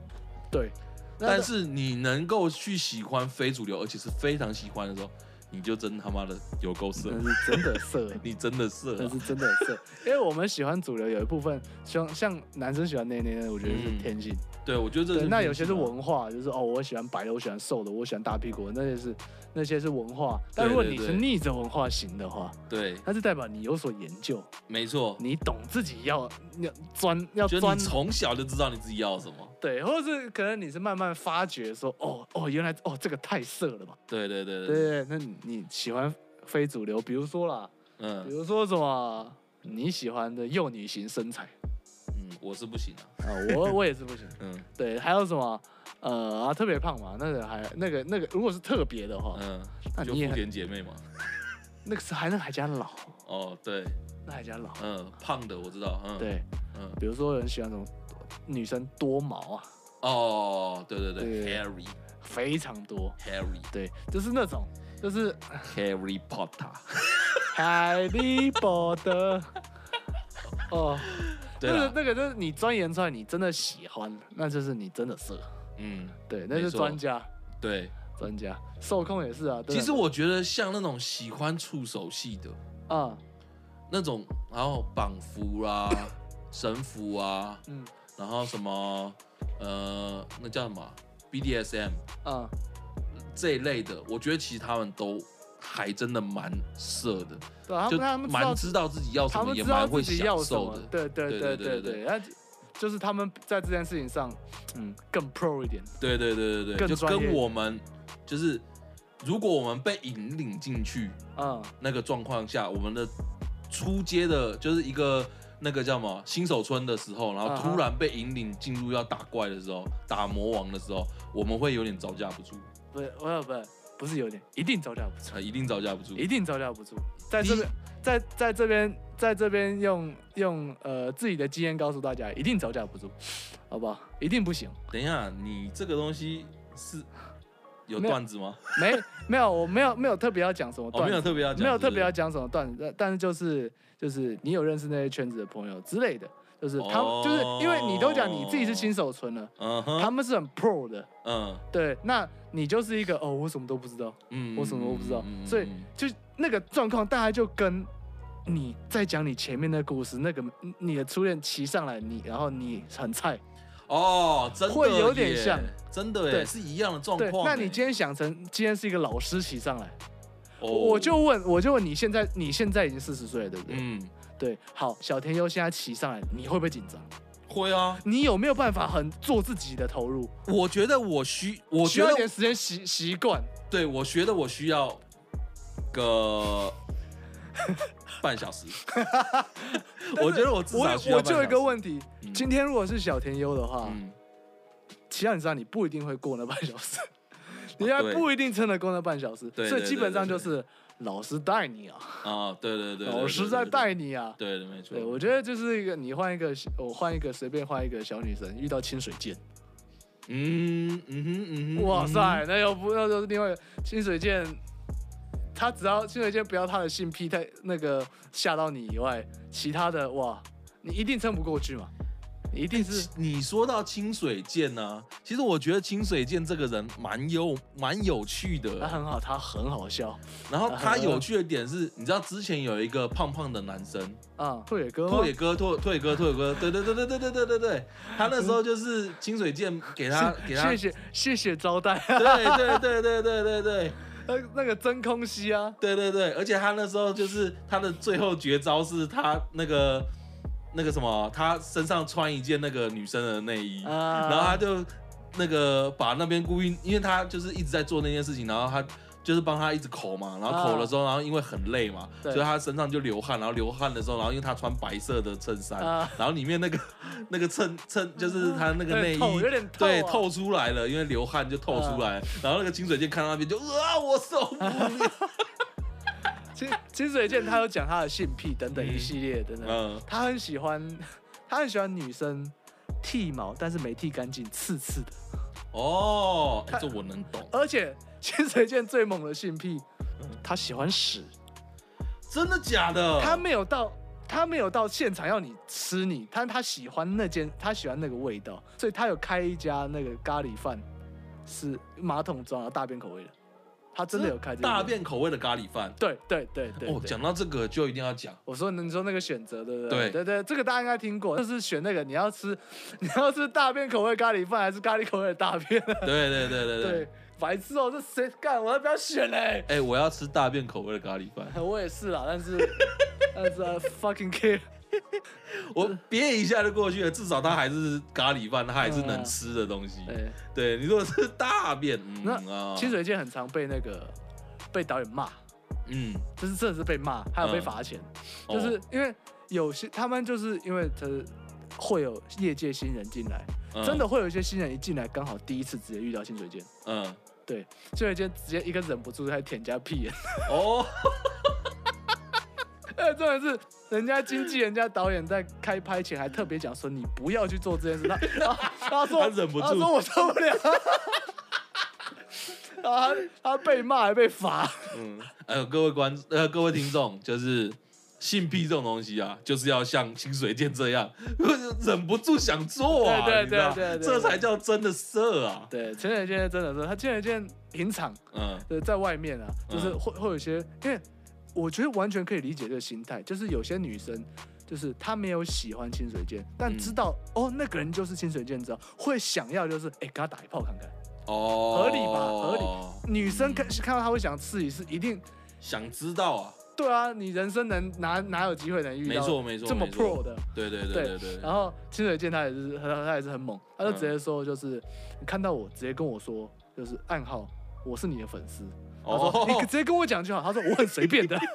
对。那但是你能够去喜欢非主流，而且是非常喜欢的时候，你就真他妈的有够色，那是真 [laughs] 的色，你真的色、那啊。是真的色。因为我们喜欢主流，有一部分像像男生喜欢内内，我觉得是嗯天性。对，我觉得这对，是那天有些是性啊，文化，就是哦，我喜欢白的，我喜欢瘦的，我喜欢大屁股的，那些是那些是文化。但对如果对你是对逆着文化型的话，对，那是代表你有所研究，没错，你懂自己要要钻要就钻你从小就知道你自己要什么。对，或者是可能你是慢慢发掘说，哦哦，原来哦这个太色了嘛。对对对对对，对那你你喜欢非主流，比如说啦，比嗯如说什么你喜欢的幼女型身材嗯，我是不行啊，啊，我我也是不行。嗯 [laughs] 对，还有什么呃啊特别胖嘛，那个还那个那个，如果是特别的话，嗯，哦那就你也福很田姐妹嘛。那个是还能还加老，哦，对，那还加老。嗯，胖的我知道，嗯，，对，嗯，比如说有人喜欢什么女生多毛啊，哦，对对对对，Harry 非常多。 Harry 对，就是那种，就是《 Harry Potter，海利 [laughs] 波特》哦， [laughs] 对那个啦，那个就是你钻研出来，你真的喜欢，那就是你真的色。嗯，对，那是没错专家，对。专家。受控也是啊。对其实我觉得像那种喜欢触手系的啊，那种，然后绑缚啊、 [laughs] 神符啊，嗯然后什么呃，那叫什么 BDSM 啊，这一类的，我觉得其实他们都还真的蛮色的，对，啊他就们他们知道蛮知道自己要什他么，们也知蛮道会自己享要什受么的，。对对对对对对对对，那就是他们在这件事情上，嗯，更 pro 一点。对对对对对，更就专业跟我们就是，如果我们被引领进去嗯，那个状况下，我们的初阶的，就是一个那个叫什么新手村的时候，然后啊哈突然被引领进入要打怪的时候，打魔王的时候，我们会有点招架不住，不是，我不是，不是有点，一定招架不住啊，，一定招架不住。一定招架不住。在第这一边，在在这边，在这边用用呃自己的经验告诉大家，一定招架不住，好不好？一定不行。等一下，你这个东西是有没有段子吗？没没有，我没有没有特别要讲什么哦，段没有子，特别要讲，没有特别要是讲什么段子，但但是就是就是你有认识那些圈子的朋友之类的，就是他哦们就是因为你都讲你自己是新手村了，不是，嗯他哼，们是很 pro 的，嗯对，那你就是一个哦，我什么都不知道。嗯，我什么都不知道嗯，嗯所以嗯就那个状况，大概就跟你在讲你前面的故事，那个你的初恋骑上来，你然后你很菜，哦，真的会有点耶像，真的耶，对是一样的状对，况耶。那你今天想成今天是一个老师骑上来，哦我就问，我就问你现在你现在已经四十岁了，对不对？嗯，对，好，小田优现在骑上来，你会不会紧张？会啊，你有没有办法很做自己的投入？我觉得我需，我需觉要一得点，时间习习惯，对我觉得我需要 [laughs] 个半小时。我觉得我至我少需要我就有一个半小时，问题，嗯今天如果是小田优的话，嗯，骑到你身上，你不一定会过那半小时， [laughs] 你还啊对不一定撑得过那半小时，对所以对基对本上对就对是老师带你啊，啊，对对对，对老师在，带你啊。对对对对，没错。对，我觉得就是一个你换一个，我换一个随便换一个小女生，遇到清水剑，嗯嗯哼嗯哼，哇嗯哼塞，，那又不那就是另外一个清水剑，他只要清水剑不要他的性癖太那个吓到你以外，其他的哇，你一定撑不过去嘛，你一定是你说到清水剑呢，其实我觉得清水剑这个人蛮有蛮有趣的，他很好，他很好笑然后啊他有趣的点是，你知道之前有一个胖胖的男生，啊，拓野哥吗拓野哥，拓拓野哥，拓野哥，对对对对对对对对对，他那时候就是清水剑给他给他，谢谢谢谢招待对啊，对对对对对对那那个真空吸啊，对对对，而且他那时候就是他的最后绝招是他那个啊那个什么，他身上穿一件那个女生的内衣，啊然后他就那个把那边故意，因为他就是一直在做那件事情，然后他就是帮他一直口嘛，然后口的时候，然后因为很累嘛，啊对所以他身上就流汗，然后流汗的时候，然后因为他穿白色的衬衫，啊然后里面那个那个衬衬就是他那个有点内衣透有点透对啊透出来了，因为流汗就透出来，然后那个清水剑看到那边就啊我受不 [laughs] 了，金金水健他有讲他的性癖等等一嗯系列等等，嗯他很喜欢，他很喜欢女生剃毛，但是没剃干净，刺刺的。哦，哎这我能懂，而且清水健最猛的性癖，他喜欢屎，嗯真的假的？他没有到，他没有到现场要你吃你，但他喜欢那间，他喜欢那个味道，所以他有开一家那个咖喱饭，是马桶装然后大便口味的，他真的有开这个大，便口味的咖喱饭。对对对对哦，对讲到这个就一定要 [laughs] 讲，我说，你说那个选择，对不对？对对对，这个大家应该听过，就是选那个你要吃， [laughs] 你要吃大便口味咖喱饭还是咖喱口味的大便？对对对对对对，，白痴哦，这谁干？我要不要选嘞、哎、我要吃大便口味的咖喱 [laughs] 饭，我也是啦，啊但是 [laughs] 但是、I、fucking care，我憋一下就过去了，至少它还是咖喱饭，它还是能吃的东西。对，对你如果是大便，嗯那啊，哎清水健很常被那个被导演骂，嗯，就是真的是被骂，还有被嗯罚钱，哦就是因为有些他们就是因为他会有业界新人进来，真的，会有一些新人一进来刚好第一次直接遇到清水健。嗯，嗯对，清水健直接一个忍不住在舔人家屁眼，哦，哎，重点是人家经纪人家导演在开拍前还特别讲说你不要去做这件事，他他他说他忍不住他说我受不了，啊他被骂还被罚，嗯，还有各位观呃各位听众，就是性癖这种东西啊，就是要像清水健这样，忍不住想做啊，对对你知道对对对这才叫真的色啊，对，清水健真的是他清水健平常嗯呃在外面啊，就是嗯会会有一些，因为我觉得完全可以理解这个心态，就是有些女生。就是她没有喜欢清水健，但嗯知道、哦那个人就是清水健之后，会想要就是哎、跟他打一炮看看。哦，合理吧合理女生嗯看看到他会想试一试，一定想知道啊，对啊，你人生能哪哪有机会能遇到没错没错，这么没错 pro 的？对对对对对，然后清水健他也是他他也是很嗯猛，他就直接说就是、你看到我直接跟我说就是暗号，我是你的粉丝。他哦 [laughs] 说、你直接跟我讲就好。他说我很随便的。 [laughs]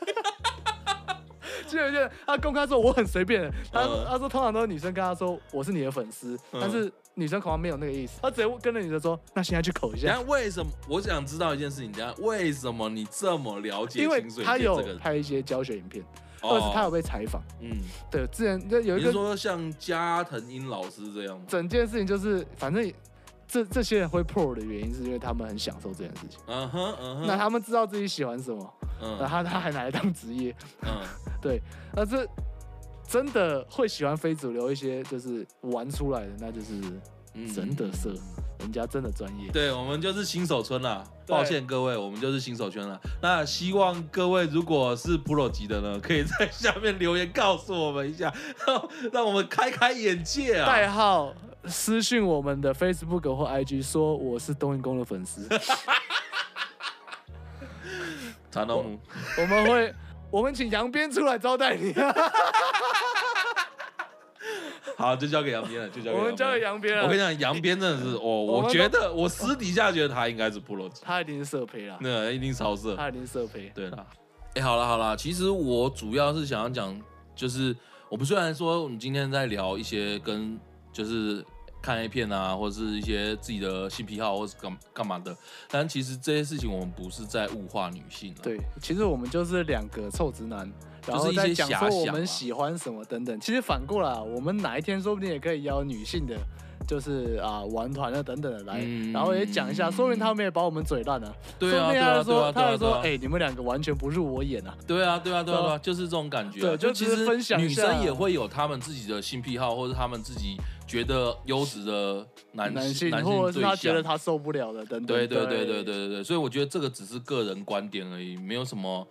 清水健他公开说我很随便的，他、嗯他说通常都是女生跟他说我是你的粉丝，嗯但是女生恐怕没有那个意思，他直接跟着女生说那现在去口一等下下，为什么？我想知道一件事情，等下为什么你这么了解因为清水他健有这个人？拍一些教学影片，哦或者是他有被采访。嗯，对，之前就有你一是个说像加藤鹰老师这样吗？整件事情就是，反正这这些人会 pro 的原因是因为他们很享受这件事情。嗯哼嗯哼，那他们知道自己喜欢什么，然后嗯他他还拿来当职业，嗯对，那这真的会喜欢非主流一些，就是玩出来的，那就是嗯真的色，人家真的专业。对，我们就是新手村啦，对抱歉各位，我们就是新手圈啦。那希望各位如果是 pro 级的呢，可以在下面留言告诉我们一下， [laughs] 让让我们开开眼界啊！代号私讯我们的 Facebook 或 IG 说我是冬阴功的 [laughs] 粉丝，长龙姆，我们会我们请杨边出来招待你，啊好，就交给杨边了，就交给我们交给边杨啊边了。我跟你讲，杨边真的是，哦，我们我都觉得我私底下觉得他应该是 pro 级，他一定是色胚啦，那一定超色。他一定是色胚。对啦，哎、好了好了，其实我主要是想要讲，就是我们虽然说我们今天在聊一些跟就是看 A 片啊，或者是一些自己的性癖好，或是干干嘛的，但其实这些事情我们不是在物化女性、啊，，对，其实我们就是两个臭直男，就然是后一再些讲遐说我想啊们嘛喜欢什么等等。其实反过来啊，我们哪一天说不定也可以邀女性的，就是啊玩团啊等等的来，嗯然后也讲一下，说不定他们也把我们嘴烂了、啊。对啊说不定对他啊还说、对啊他对还啊说，哎、对啊你们两个完全不入我眼啊。对啊对啊对啊对对啊啊，就是这种感觉、对啊，就其只是实分享一女下生也会有她们自己的性癖好，或者她们自己觉得优质的男男性，男或者是对他觉象。得他受不了的，等等。对对对对对对对对，所以我觉得这个只是个人观点而已，没有什么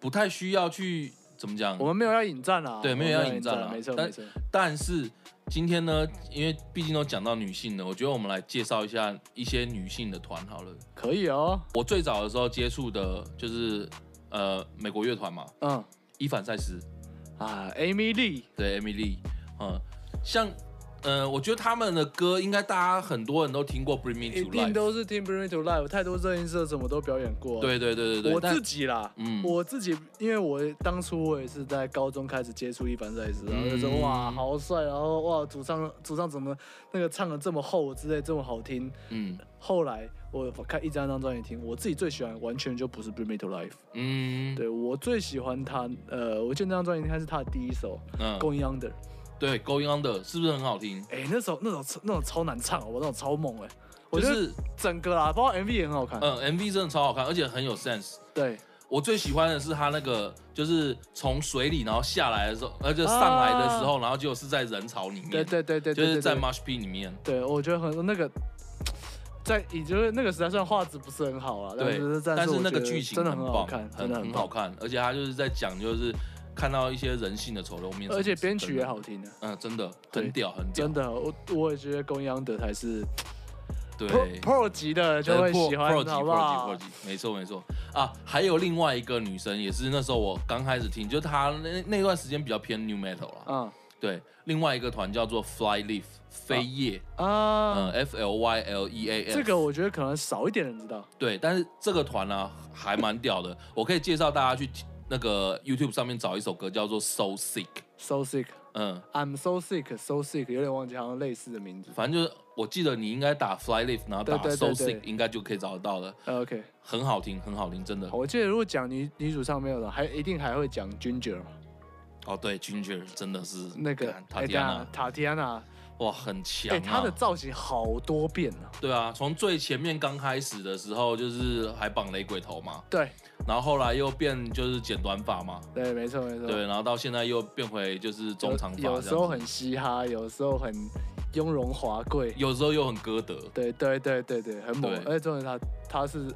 不太需要去怎么讲我。们没有要引战啊，对我们没有要引引战啊，啊没错但没错。但是今天呢，因为毕竟都讲到女性了，我觉得我们来介绍一下一些女性的团好了。可以哦，我最早的时候接触的就是呃美国乐团嘛，嗯伊凡赛斯，啊，Amy Lee，对 Emily，嗯，像呃，我觉得他们的歌应该大家很多人都听过《Bring Me 一 to 定 Life》。都是听《Bring Me to Life》，太多热音社什么都表演过。，啊对对对对对，我但自己啦，嗯我自己，因为我当初我也是在高中开始接触一凡赛斯，然后就说嗯哇好帅，然后哇主唱主唱怎么那个唱的这么厚之类这么好听。嗯后来我看一张张专辑听，我自己最喜欢完全就不是《Bring Me to Life》，嗯对我最喜欢他，呃，我记得那张专辑应该是他的第一首《嗯， Going Under》。对《Going Under》是不是很好听？哎、那首那首那首超难唱，我那种超猛哎、我就觉得是整个啦，包括 MV 也很好看。嗯，MV 真的超好看，而且很有 sense。对，我最喜欢的是他那个，就是从水里然后下来的时候，呃，就上来的时候，然后就是在人潮里面，啊对对对对对，就是在对 Marsh P 里面，对，我觉得很多那个，在也就是那个时代，虽然画质不是很好啦，对是，但但是是我那个觉得剧情真的很好棒，看，真很的很好好。看，而且他就是在讲，就是看到一些人性的丑陋面，而且编曲也好。好听的，嗯，真的对很屌，很屌，真的，我我也觉得公央德才是 pro 对。 pro 级的就呃会破喜欢，破级好不破级好破级？，没错没错啊！还有另外一个女生，也是那时候我刚开始听，就她那那段时间比较偏 new metal 啦。嗯对，另外一个团叫做 Fly Leaf 飞叶，啊，嗯，F L Y L E A F。这个我觉得可能少一点人知道。对，但是这个团呢、还蛮屌的，我可以介绍大家去听那个 YouTube 上面找一首歌叫做 So Sick， So sick，I'm 嗯， so sick，so sick，有点忘记，好像类似的名字。反正就是我记得你应该打 Fly Leaf，然后打对对 So 对对 Sick 应该就可以找得到了，呃 OK，很好听，很好听，真的好。我记得如果讲女女主上没有的，还一定还会讲 Ginger 嘛哦，对，Ginger 真的是那个干塔哎迪安呀娜，塔提安娜，哇，很强哎，啊！她的造型好多变啊。对啊，从最前面刚开始的时候就是还绑雷鬼头嘛，对然后后来又变就是剪短发嘛，对，没错没错。对，然后到现在又变回就是中长发这样有，子，有时候很嘻哈，有时候很雍容华贵。有时候又很歌德，对对对对对，很猛对。而且重点是他他是，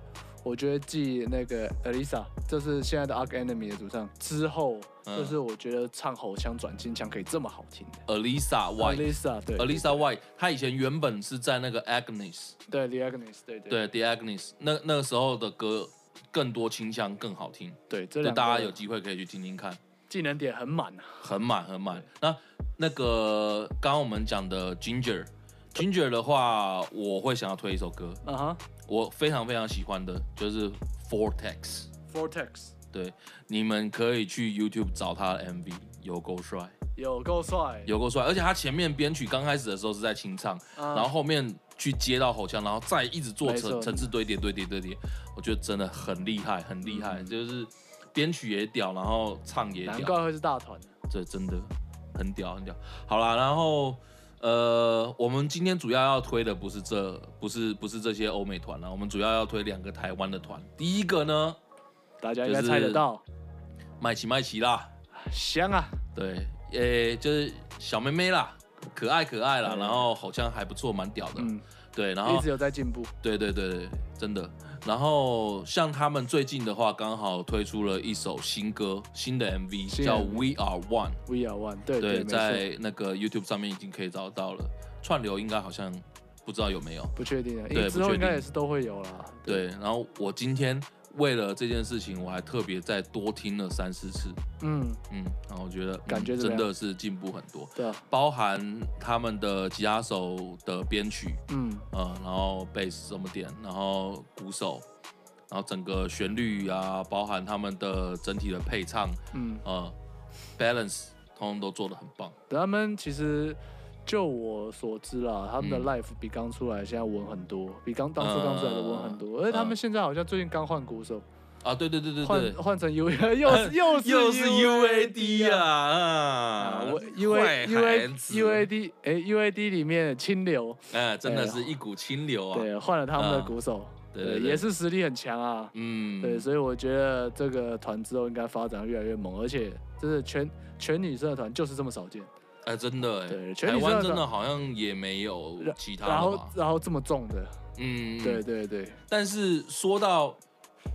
我觉得继那个 Elisa，就是现在的 Arc Enemy 的主唱之后，嗯就是我觉得唱吼腔转清腔可以这么好听的。 Alisa White。 Elisa 对 Alisa White，她以前原本是在那个 Agnes，对 The Agnes 对对对 The Agnes，那那个时候的歌更多清腔，更好听，对，这就两个大家有机会可以去听听看。技能点很满啊。很满很满。那那个刚刚我们讲的 Ginger。Ginger 的话，我会想要推一首歌，啊哈我非常非常喜欢的，就是 Vortex。 ，Vortex 对，你们可以去 YouTube 找他的 MV，有够帅，有够帅，有够帅。而且他前面编曲刚开始的时候是在清唱，啊然后后面去接到吼腔，然后再一直做没错层层次堆叠堆叠堆叠，我觉得真的很厉害，很厉害，嗯就是编曲也屌，然后唱也难屌。怪会是大团。这真的很屌，很屌。好啦，然后呃，我们今天主要要推的不是这，不是不是这些欧美团了，我们主要要推两个台湾的团。第一个呢，大家应该就是猜得到，麦琪麦琪啦，香啊！对，诶、就是小妹妹啦，可爱可爱啦，嗯然后好像还不错，蛮屌的。嗯，对，然一后直有在进步。对对对对，真的。然后像他们最近的话，刚好推出了一首新歌，新的 MV 新叫《 MV We Are One》。 We are one，对对，没错，在那个 YouTube 上面已经可以找到了。串流应该好像不知道有没有。不确定啊，因对为不之后确应该定也是都会有啦。对，然后我今天为了这件事情，我还特别再多听了三四次，嗯，嗯，然后我觉得、嗯感觉怎么真样的是进步很多，对啊，包含他们的吉他手的编曲，嗯，呃，然后贝斯怎么点，然后鼓手，然后整个旋律啊，包含他们的整体的配唱，嗯，呃，balance，通通都做得很棒。他们其实就我所知啦，他们的嗯 life 比刚出来现在稳很多，比刚当初刚出来的稳很嗯多，而且他们现在好像最近刚换鼓手，啊，对对对对换对，换成 [laughs] U 又是又是又是 UAD 啊！啊，啊，啊我 U A 坏 U A 孩子 U A D 哎 U A D 里面的清流，哎，真的是一股清流啊，对，换了他们的嗯鼓手，对对对也是实力很强啊，嗯，对，所以我觉得这个团之后应该发展得越来越猛，而且就是全全女生的团就是这么少见，哎，真的哎，对全台体湾上真的的好像也没有然其他然了后吧，然后这么重的，嗯，对。对对，但是说到，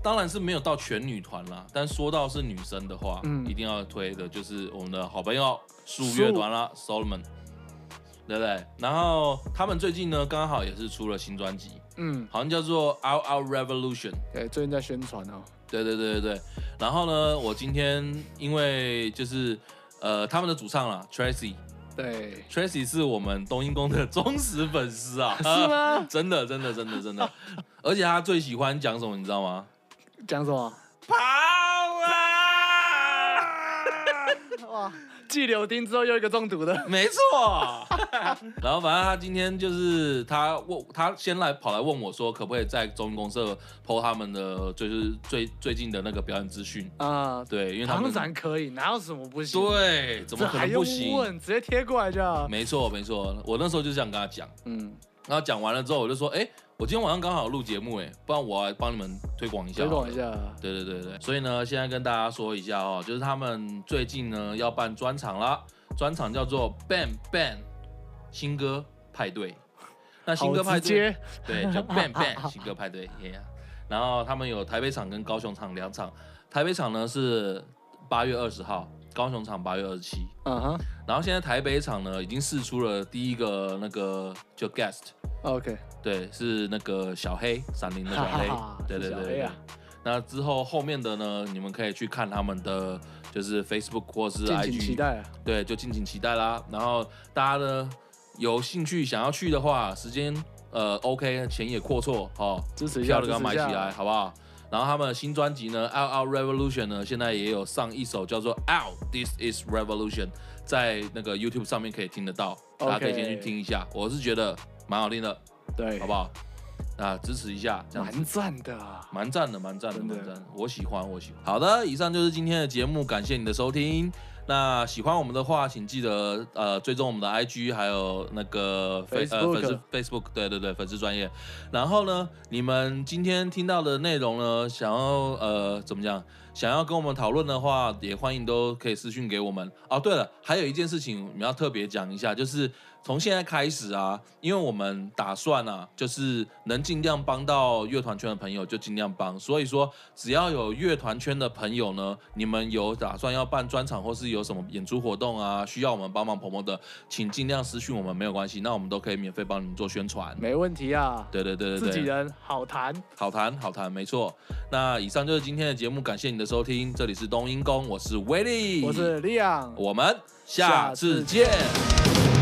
当然是没有到全女团啦，但说到是女生的话，嗯一定要推的就是我们的好朋友树树乐团啦，Solomon，对不对？然后他们最近呢，刚好也是出了新专辑，嗯，好像叫做《Out Out Revolution》。对，最近在宣传哦，对对对对对。然后呢，我今天因为就是呃他们的主唱啦 Tracy，对， Tracy 是我们冬阴功的忠实粉丝啊，是吗真的，真的，真的，真的。而且他最喜欢讲什么，你知道吗？讲什么？跑啊！哇，继柳丁之后又一个中毒的，没错。然后反正他今天就是他问他先来跑来问我说，可不可以在中公社 PO 他们的就是最最近的那个表演资讯？啊，对，因为他当们然可以，哪有什么不行？，对，怎么这可还能用不行？问？啊直接贴过来就好。没错没错，我那时候就这样跟他讲。嗯，然后讲完了之后，我就说，哎、我今天晚上刚好有录节目、哎，不然我来帮你们推广一下。推广一。下。对对对对，所以呢，现在跟大家说一下哦，就是他们最近呢要办专场啦，专场叫做 Bang Bang 新歌派对。那新好歌派直对，接，对，叫 Bang Bang [laughs] 新歌派对，yeah。然后他们有台北场跟高雄场两场，台北场呢是八月二十号，高雄场八月二十七。嗯哼然后现在台北场呢已经试出了第一个那个就 guest， ，OK，对，是那个小黑，闪灵的小黑哈哈哈，对对是小对黑对啊。那之后后面的呢，你们可以去看他们的就是 Facebook 或是敬请期 IG，待啊。对，就敬请期待啦。然后大家呢有兴趣想要去的话，时间呃 OK，钱也阔绰哦，支持一下票都给它支持买一下起来，好不好？然后他们的新专辑呢，《Out Out Revolution》呢，现在也有上一首叫做《Out This Is Revolution》，在那个 YouTube 上面可以听得到，大家可以先去 OK 听一下。我是觉得蛮好听的，对，好不好？那支持一下，这样子蛮赞的啊。蛮赞的，蛮赞的，真的蛮赞的，我喜欢，我喜欢。好的，以上就是今天的节目，感谢你的收听。那喜欢我们的话，请记得呃追踪我们的 IG，还有那个 fa- 呃 Facebook 粉丝 Facebook，对对对，粉丝专业。然后呢，你们今天听到的内容呢，想要呃怎么讲，想要跟我们讨论的话，也欢迎都可以私讯给我们。哦，对了，还有一件事情我们要特别讲一下，就是从现在开始啊，因为我们打算啊，就是能尽量帮到乐团圈的朋友就尽量帮，所以说只要有乐团圈的朋友呢，你们有打算要办专场或是有什么演出活动啊，需要我们帮忙 promo 的，请尽量私讯我们，没有关系，那我们都可以免费帮你们做宣传。没问题啊，对对对对对，自己人好谈，好谈好谈，没错。那以上就是今天的节目，感谢你的收听，这里是冬阴功，我是威力，我是利昂，我们下次下次见。